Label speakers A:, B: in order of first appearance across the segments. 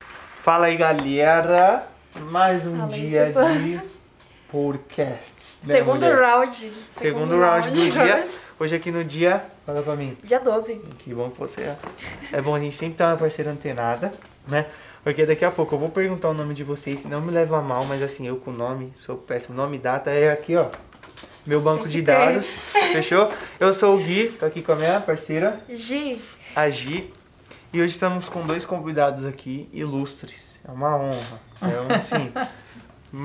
A: Fala aí, galera. Mais um
B: Fala aí,
A: dia
B: pessoas.
A: de podcast. né,
B: Segundo
A: mulher?
B: round.
A: Segundo, round do
B: agora.
A: dia. Hoje aqui no dia. Fala pra mim.
B: Dia 12.
A: Que bom que você é. É bom a gente sempre ter uma parceira antenada, né? Porque daqui a pouco eu vou perguntar o nome de vocês, não me leva a mal, mas assim, eu com nome, sou péssimo. Nome e data é aqui, ó. Meu banco de dados. Fechou? Eu sou o Gui, tô aqui com a minha parceira,
B: Gi,
A: a Gi. E hoje estamos com dois convidados aqui, ilustres. É uma honra. É um, assim,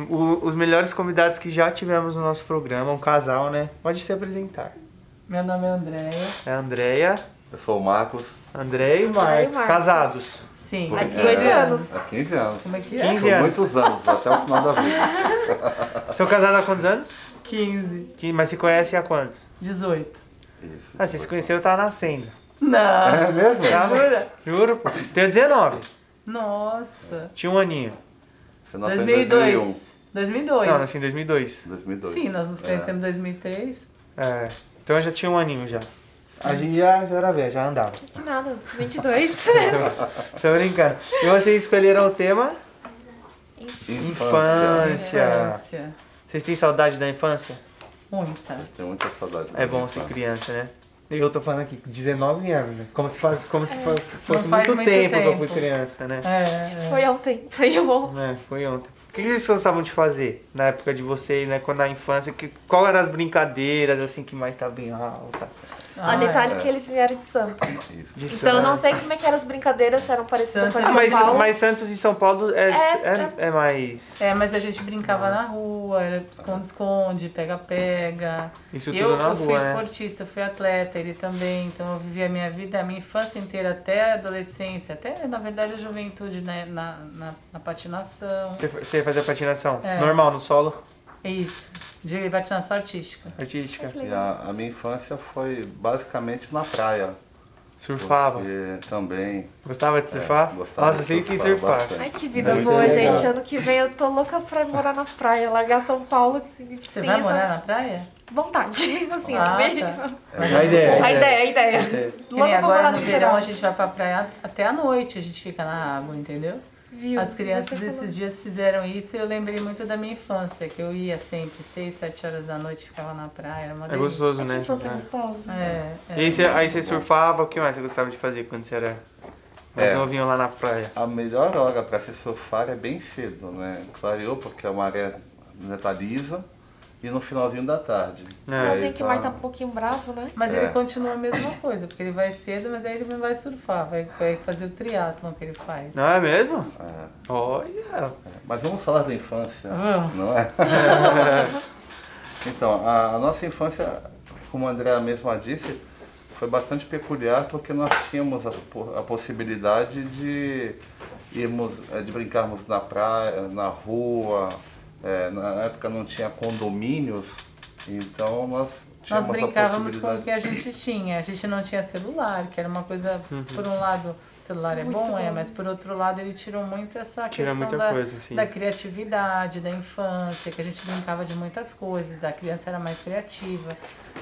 A: o- os melhores convidados que já tivemos no nosso programa, um casal, né? Pode se apresentar.
C: Meu nome é Andréia.
A: É a Andrea,
D: Eu sou o Marcos.
A: André e Marcos,
B: Marcos.
A: casados.
C: Sim.
D: por-
B: há 18
D: é,
B: anos.
D: Há 15 anos.
C: Como é que é?
A: 15
D: Por
A: anos.
D: muitos anos, até o final da vida.
A: Seu casado há quantos anos?
C: 15.
A: Que- Mas se conhece há quantos?
C: 18.
D: Isso.
A: Ah, você se conheceu tá nascendo.
C: Não.
D: É mesmo?
A: Tava,
C: Jura?
A: juro, pô. Tenho 19.
C: Nossa.
A: Tinha um aninho.
D: Você nasceu em um.
C: 2002. 2002.
A: Não, nasci em 2002.
D: 2002.
C: Sim, nós nos
D: É.
C: conhecemos em 2003.
A: É. Então eu já tinha um aninho já. A gente já, já era velho, já andava.
B: Que nada, 22.
A: Tô, tô brincando. E vocês escolheram o tema?
D: Infância.
A: Infância.
C: Infância.
A: Vocês têm saudade da infância?
C: Muita.
D: Tenho muita saudade. da
A: É bom
D: minha
A: ser
D: infância.
A: criança, né? Eu tô falando aqui, 19 anos, né? Como se, faz, como se faz- fosse
C: faz
A: muito,
C: muito
A: tempo que eu fui
C: tempo.
A: criança, né?
C: É.
B: Foi ontem, saiu ontem.
A: É, foi ontem. O que vocês gostavam de fazer na época de vocês, né? Quando na infância, que, qual eram as brincadeiras assim que mais estavam em alta?
B: Ah,
C: Ah,
B: detalhe
D: é.
B: que eles vieram de Santos.
D: Isso.
A: De
B: Então eu não
A: Santos.
B: sei como é que eram as brincadeiras, se eram parecidas com as de
A: Ah,
B: São
A: mas,
B: Paulo.
A: mas Santos e São Paulo é, é, é mais.
C: É, mas a gente brincava na rua, era esconde-esconde, pega-pega.
A: Isso tudo
C: eu,
A: na
C: eu fui
A: rua, né?
C: esportista, eu fui atleta, ele também, então eu vivi a minha vida, a minha infância inteira até a adolescência, até na verdade a juventude né, na, na, na patinação.
A: Você- Você fazia patinação
C: É.
A: normal no solo,
C: É isso, de patinação artística.
A: artística,
B: Que
D: E
B: legal.
D: a, a minha infância foi basicamente na praia.
A: surfava.
D: Porque também. é,
A: Gostava de surfar?
D: gostava
A: Nossa, eu
D: de
A: sei que
D: surfar
A: surfar.
D: bastante.
B: Ai, que vida
A: Muito
B: boa,
A: legal.
B: gente. Ano que vem eu tô louca pra morar na praia, largar São Paulo. e
C: Você
B: sim,
C: vai
B: essa-
C: morar na praia?
B: Vontade. Assim,
C: Ah,
B: bem-
C: tá.
A: É a ideia,
B: A ideia, a ideia.
C: Que
B: Louca
C: nem
B: pra morar
C: agora no
B: no
C: verão
B: verão.
C: a gente vai pra praia até a noite, a gente fica na água, entendeu?
B: Viu?
C: As crianças
B: Você falou.
C: esses dias fizeram isso e eu lembrei muito da minha infância, que eu ia sempre, seis, sete horas da noite, ficava na praia, era uma
A: É
C: delícia.
A: gostoso,
B: É que
A: né?
B: infância gostosa.
C: É, é.
A: E aí você, aí você surfava, o que mais você gostava de fazer quando você era mais
D: É.
A: novinho lá na praia?
D: A melhor hora para se surfar é bem cedo, né? Clareou, porque a maré ainda tá lisa. E no finalzinho da tarde.
A: É.
D: E aí
B: Mas é que
D: tá-
B: o mar tá um pouquinho bravo, né?
C: Mas
D: É.
C: ele continua a mesma coisa, porque ele vai cedo, mas aí ele não vai surfar, vai, vai fazer o triatlon que ele faz.
A: Não é mesmo?
D: É.
A: Olha!
D: Mas vamos falar da infância,
C: Vamos.
D: não é? então, a, a nossa infância, como a Andrea mesma disse, foi bastante peculiar porque nós tínhamos a, po- a possibilidade de irmos, eh, de brincarmos na praia, na rua. eh, na época não tinha condomínios, então nós
C: Nós
D: tínhamos a
C: brincávamos com o
D: possibilidade.
C: que a gente tinha. A gente não tinha celular, que era uma coisa,
A: Uhum.
C: por um lado, o celular é
B: Muito
C: bom, é,
B: bom.
C: mas por outro lado ele tirou muito essa
A: Tira
C: questão
A: muita
C: da,
A: coisa, assim. sim.
C: da criatividade, da infância, que a gente brincava de muitas coisas, a criança era mais criativa.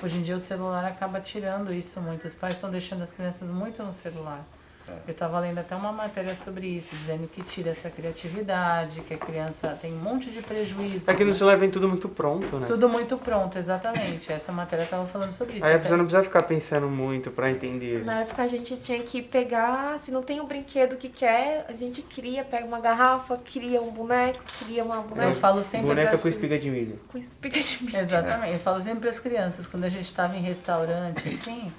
C: Hoje em dia o celular acaba tirando isso muito. Os pais estão deixando as crianças muito no celular.
A: É.
C: Eu estava lendo até uma matéria sobre isso, dizendo que tira essa criatividade, que a criança tem um monte de prejuízo.
A: Aqui É no celular vem tudo muito pronto, né?
C: Tudo muito pronto, exatamente. Essa matéria estava falando sobre isso. é
A: Aí a
C: até.
A: pessoa não precisa ficar pensando muito pra entender.
B: Na época a gente tinha que pegar, se não tem o brinquedo que quer, a gente cria, pega uma garrafa, cria um boneco, cria uma
C: Eu
B: boneca
C: falo sempre é assim.
A: Boneca
C: pras
A: com espiga de milho.
B: com espiga de milho.
C: Exatamente. Eu falo sempre para as crianças, quando a gente estava em restaurante, assim,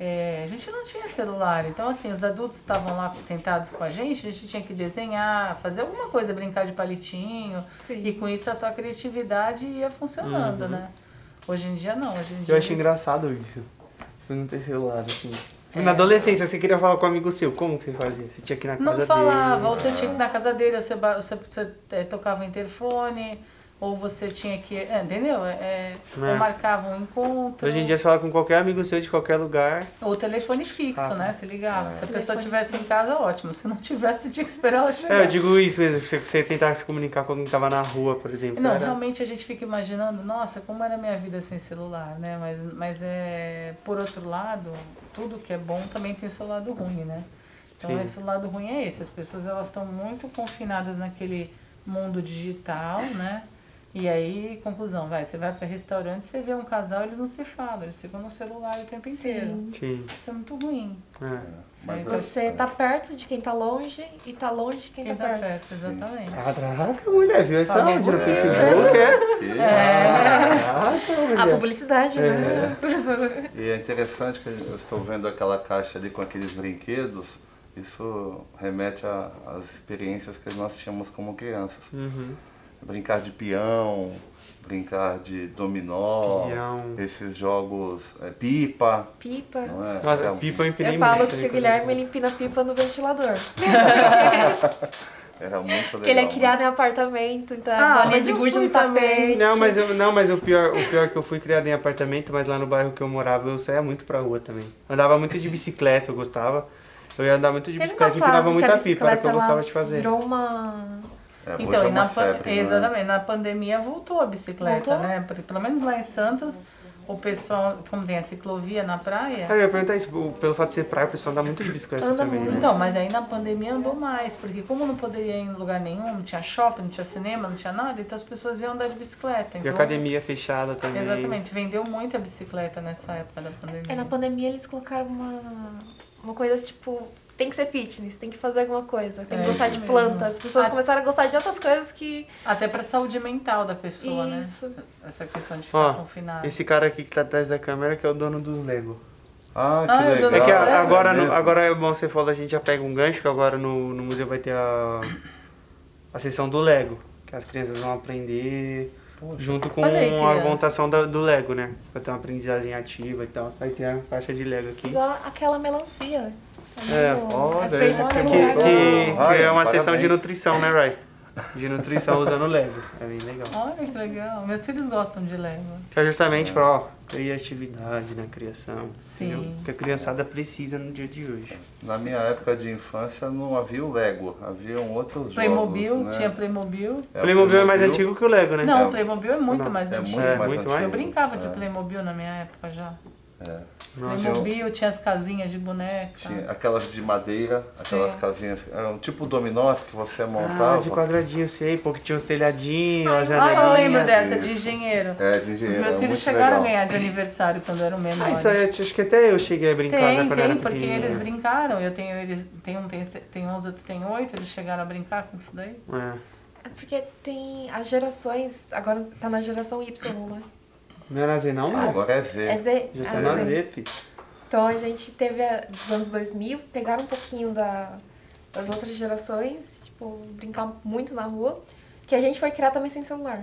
C: é, a gente não tinha celular. Então, assim, os adultos estavam lá sentados com a gente, a gente tinha que desenhar, fazer alguma coisa, brincar de palitinho.
A: É.
B: Sim.
C: E com isso a tua criatividade ia funcionando, né? Hoje em dia não, hoje em dia.
A: Uhum. Eu acho
C: eles-
A: engraçado isso. Tipo, não ter celular, assim.
C: É.
A: Na adolescência, você queria falar com um amigo seu, como que você fazia? Você tinha que ir na casa
C: Não falava,
A: dele.
C: ou você tinha que ir na casa dele, ou você, ba- você, você, eh, tocava o interfone, ou você tinha que. é, entendeu? É,
A: É.
C: Ou marcava um encontro.
A: Hoje em dia você fala com qualquer amigo seu de qualquer lugar. É,
C: Ou telefone fixo,
A: Ah, tá.
C: né? Se ligava. Se a pessoa
B: Telefone
C: estivesse em casa, ótimo. Se não tivesse, tinha que esperar ela chegar.
A: É, eu digo isso mesmo, que você, você tentar se comunicar com alguém que tava na rua, por exemplo.
C: Não,
A: era-
C: realmente a gente fica imaginando, nossa, como era a minha vida sem celular, né? Mas, mas é, por outro lado, tudo que é bom também tem seu lado ruim, né? Então
A: Sim.
C: esse lado ruim é esse. As pessoas elas estão muito confinadas naquele mundo digital, né? E aí, conclusão, vai, você vai para restaurante, você vê um casal, eles não se falam, eles ficam no celular o tempo inteiro.
A: Sim.
C: Isso é muito ruim.
A: É.
D: Mas eu-
B: Você tá perto de quem tá longe e tá longe de quem,
C: Quem
B: tá,
C: tá
B: perto.
C: perto, exatamente.
A: Caraca, mulher, viu essa
C: Falou
A: onde? No
D: É.
A: Facebook, é?
D: E,
A: Caraca,
B: A
A: mulher.
B: publicidade, né?
D: e é interessante que eu estou vendo aquela caixa ali com aqueles brinquedos. Isso remete a- às experiências que nós tínhamos como crianças.
A: Uhum.
D: Brincar de peão, brincar de dominó,
A: Peão.
D: esses jogos, é, pipa,
B: Pipa.
D: não é?
A: Nossa,
D: Então,
A: pipa eu empinei
B: Eu falo
A: muito
B: que
A: também
B: o
A: quando
B: Guilherme
A: eu-
B: ele empina pipa no ventilador.
D: Era muito legal. né?
B: Porque ele é
D: muito
B: criado em apartamento, então
C: Ah,
B: a bolinha
C: mas
B: de
C: eu
B: gude
C: fui
B: no
C: também.
B: tapete.
A: Não, mas eu, não, mas o pior, o pior é que eu fui criado em apartamento, mas lá no bairro que eu morava eu saía muito pra rua também. Andava muito de bicicleta, eu gostava. Eu ia andar muito de
B: Teve
A: bicicleta
B: uma
A: e empinava
B: fase que
A: muito
B: a
A: a pipa, era o
B: bicicleta
A: que eu
B: ela
A: gostava de fazer.
B: virou uma...
D: É, hoje
C: Então,
D: é
C: e na
D: uma
C: pan-
D: febre, né?
C: exatamente, na pandemia voltou a bicicleta,
B: Voltou?
C: né? Porque pelo menos lá em Santos, o pessoal, como tem a ciclovia na praia,
A: Ah, eu ia perguntar isso, o- pelo fato de ser praia, o pessoal anda muito de bicicleta
B: Anda
A: também.
B: muito.
A: Né?
C: Então, mas aí na pandemia andou mais, porque como não poderia ir em lugar nenhum, não tinha shopping, não tinha cinema, não tinha nada, então as pessoas iam andar de bicicleta.
A: E
C: Então,
A: academia fechada também.
C: Exatamente, vendeu muito a bicicleta nessa época da pandemia.
B: É, na pandemia eles colocaram uma, uma coisa tipo. Tem que ser fitness, tem que fazer alguma coisa, tem que
C: É,
B: gostar de
C: isso mesmo.
B: plantas. As pessoas
C: Ah.
B: começaram a gostar de outras coisas que.
C: Até pra saúde mental da pessoa,
B: Isso.
C: né? Essa questão de ficar
A: Ó,
C: confinada.
A: esse cara aqui que tá atrás da câmera que é o dono dos Lego.
D: Ah, que
C: Ah, eu já
D: legal.
C: vi.
A: É que a-
C: é
A: agora, no-
D: mesmo?
A: agora é bom você falar, a gente já pega um gancho, que agora no, no museu vai ter a, a sessão do Lego, que as crianças vão aprender junto com
C: Olha aí,
A: a
C: crianças.
A: montação da- do Lego, né? Vai ter uma aprendizagem ativa e tal. Vai ter a caixa de Lego aqui.
B: Igual aquela melancia.
A: É,
B: muito-
A: olha,
B: é feita
A: que,
B: pelo
A: que-
B: Lego.
A: que- que
D: Olha,
A: é uma sessão
D: parabéns.
A: de nutrição, né, Ray? De nutrição usando Lego. É bem legal.
C: Olha que legal. Meus filhos gostam de Lego.
A: Que é justamente pra, ó, criatividade na criação.
C: Sim.
A: Entendeu? Que a criançada precisa no dia de hoje.
D: Na minha época de infância não havia o Lego, haviam outros
C: Playmobil,
D: jogos, né?
C: tinha Playmobil.
D: É, o
A: Playmobil é mais antigo que o Lego, né?
C: Não,
D: É,
C: Playmobil é muito
A: não,
C: mais
D: É
C: antigo.
D: muito
A: É,
D: mais
A: muito mais.
D: antigo.
C: Eu brincava de
D: é,
C: Playmobil na minha época já.
D: é.
A: Nossa.
C: Playmobil, tinha as casinhas de boneca.
D: Tinha aquelas de madeira, aquelas
C: Tá. Sim.
D: casinhas, eram tipo dominós que você montava.
A: Ah, de quadradinho, sei, porque tinha uns telhadinhos,
B: Ai,
A: as
B: eu
C: Ah,
A: janelinhas.
C: eu lembro dessa,
D: Isso.
C: de engenheiro.
D: É, de engenheiro.
C: Os meus
D: é
C: filhos
D: muito
C: chegaram
D: legal.
C: a ganhar de aniversário quando eram menores.
A: Ah, isso
D: é
A: aí, acho que até eu cheguei a brincar, né,
C: Tem,
A: quando
C: tem,
A: era
C: porque
A: pequenininho.
C: eles brincaram. Eu tenho eles, tem um tem, se- tem 11, outro tem 8, eles chegaram a brincar com isso daí.
A: É.
B: É porque tem as gerações. Agora tá na geração Y, né?
A: Não era Z não, mano?
D: Agora é Z.
B: É Z.
A: Já
B: ah,
A: tá na
B: Z.
A: Z, fi.
B: Então a gente teve a- dos anos 2000, pegaram um pouquinho da, das outras gerações, tipo, brincar muito na rua, que a gente foi criar também sem celular.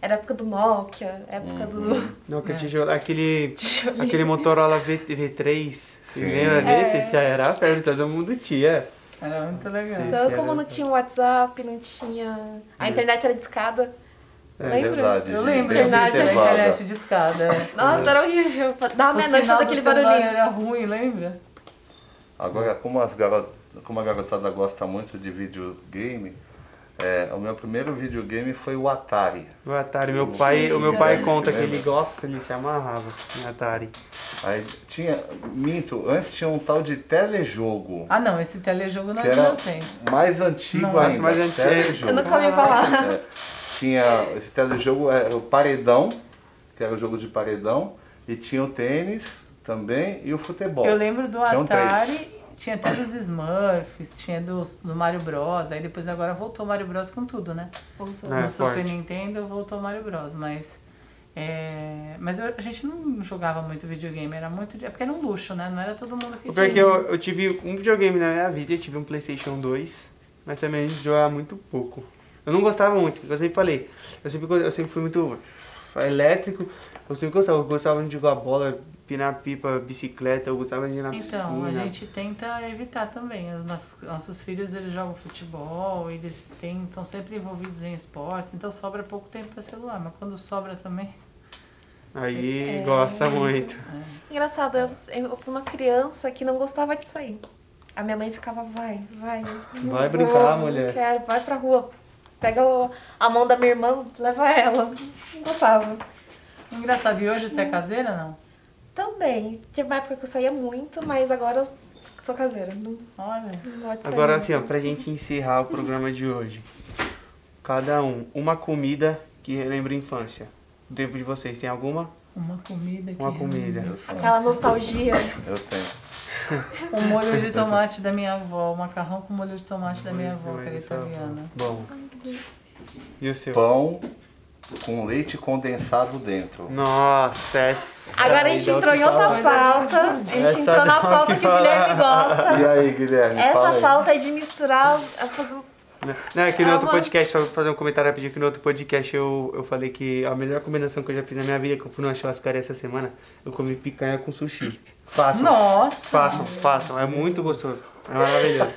B: Era a época do Nokia, época do
A: Não,
C: É.
A: que tijolo, aquele,
B: tijolinho.
A: aquele Motorola v, V3, você
D: Sim.
A: lembra desse?
B: É.
A: Isso aí era a febre, todo mundo tinha.
C: Era muito legal.
A: Sim.
B: Então, como não tinha WhatsApp, não tinha. A internet era discada.
A: É
B: lembra?
D: verdade.
C: Eu
D: gente,
C: lembro,
D: bem
B: verdade,
C: da
D: observado.
C: internet de escada. é.
B: Nossa, era horrível. Dava
C: O
B: meia-noite
C: sinal
B: fazer
C: do
B: aquele
C: celular
B: barulhinho.
C: era ruim, lembra?
D: Agora, como, as garo- como a garotada gosta muito de videogame, é, o meu primeiro videogame foi o Atari.
A: O Atari, meu pai, o meu pai
D: Sim. É.
A: conta que ele gosta, ele se amarrava em Atari.
D: Aí tinha, minto, antes tinha um tal de telejogo.
C: Ah não, esse telejogo não
D: Que
C: é do meu
D: era
C: tempo.
D: mais antigo
A: Nossa,
D: ainda.
A: mais antigo.
D: telejogo.
B: Eu nunca ouvi falar.
D: É, tinha esse telejogo, era o paredão, que era o jogo de paredão, e tinha o tênis também e o futebol.
C: Eu lembro do
D: Tinham três.
C: Atari, tinha até dos Smurfs, tinha dos, do Mario Bros. Aí depois agora voltou o Mario Bros com tudo, né?
A: É,
C: no Super
A: forte.
C: Nintendo voltou o Mario Bros, mas. é, mas eu- a gente não jogava muito videogame, era muito. de- É porque era um luxo, né? Não era todo mundo que
A: O pior é
C: tinha.
A: que eu, eu tive um videogame na minha vida, eu tive um Playstation 2, mas também jogava muito pouco. Eu não gostava muito, porque eu sempre falei, eu sempre, go- eu sempre fui muito elétrico, eu sempre gostava, eu gostava de jogar bola, pinar pipa, bicicleta, eu gostava de ir na
C: Então, a
A: piscina.
C: gente tenta evitar também. Os nossos, nossos filhos eles jogam futebol, eles têm- estão sempre envolvidos em esportes, então sobra pouco tempo para celular, mas quando sobra também.
A: Aí
C: é,
A: gosta muito.
B: Engraçado, eu, eu fui uma criança que não gostava de sair. A minha mãe ficava, vai, vai. eu não
A: Vai
B: vou,
A: brincar,
B: não
A: mulher."
B: Quero, vai pra rua. Pega o- a mão da minha irmã, leva ela. Não gostava.
C: Engraçado, e hoje você é caseira, não?
B: Também. Teve uma época que eu saía muito, mas agora eu Sou caseira, não,
C: Olha,
B: não gosto de sair
A: Agora,
B: muito.
A: assim, ó, pra gente encerrar o programa de hoje. Cada um, uma comida que relembra a infância. O tempo de vocês tem alguma?
C: uma comida que
A: Uma comida.
C: reúne infância.
B: Aquela nostalgia.
D: um assim, Eu tenho.
C: O Um molho de tomate da minha avó, o macarrão com molho de tomate
A: Um
C: da minha avó, que era italiana.
A: tá Bom. E o seu?
D: Pão com leite condensado dentro.
A: Nossa, é essa.
B: Agora a
A: aí
B: gente
A: dá o que
B: entrou em outra
A: falar.
B: pauta. A gente
A: Essa
B: entrou
A: dá
B: na
A: o que
B: pauta que o
A: falar.
B: Guilherme
D: E
B: gosta.
D: aí, Guilherme? fala
B: Essa
D: aí.
B: pauta aí de misturar as- as
A: Não, é que no
B: É
A: outro
B: uma-
A: podcast, só fazer um comentário rapidinho, que no outro podcast eu, eu falei que a melhor combinação que eu já fiz na minha vida, que eu fui numa churrascaria essa semana, eu comi picanha com sushi. Façam.
C: Nossa!
A: Façam, façam. É muito gostoso. É maravilhoso.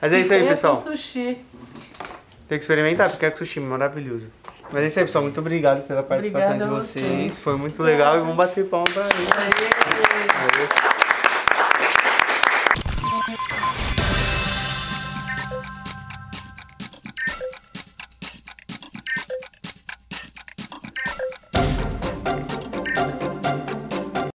A: Mas é isso aí,
C: Pensa
A: pessoal.
C: em sushi.
A: Tem que experimentar, porque é com sushi, maravilhoso. Mas é isso aí, pessoal. Muito obrigado pela participação
C: Obrigada a
A: de vocês.
C: vocês.
A: Foi muito legal e vamos bater palma pra mim. Valeu.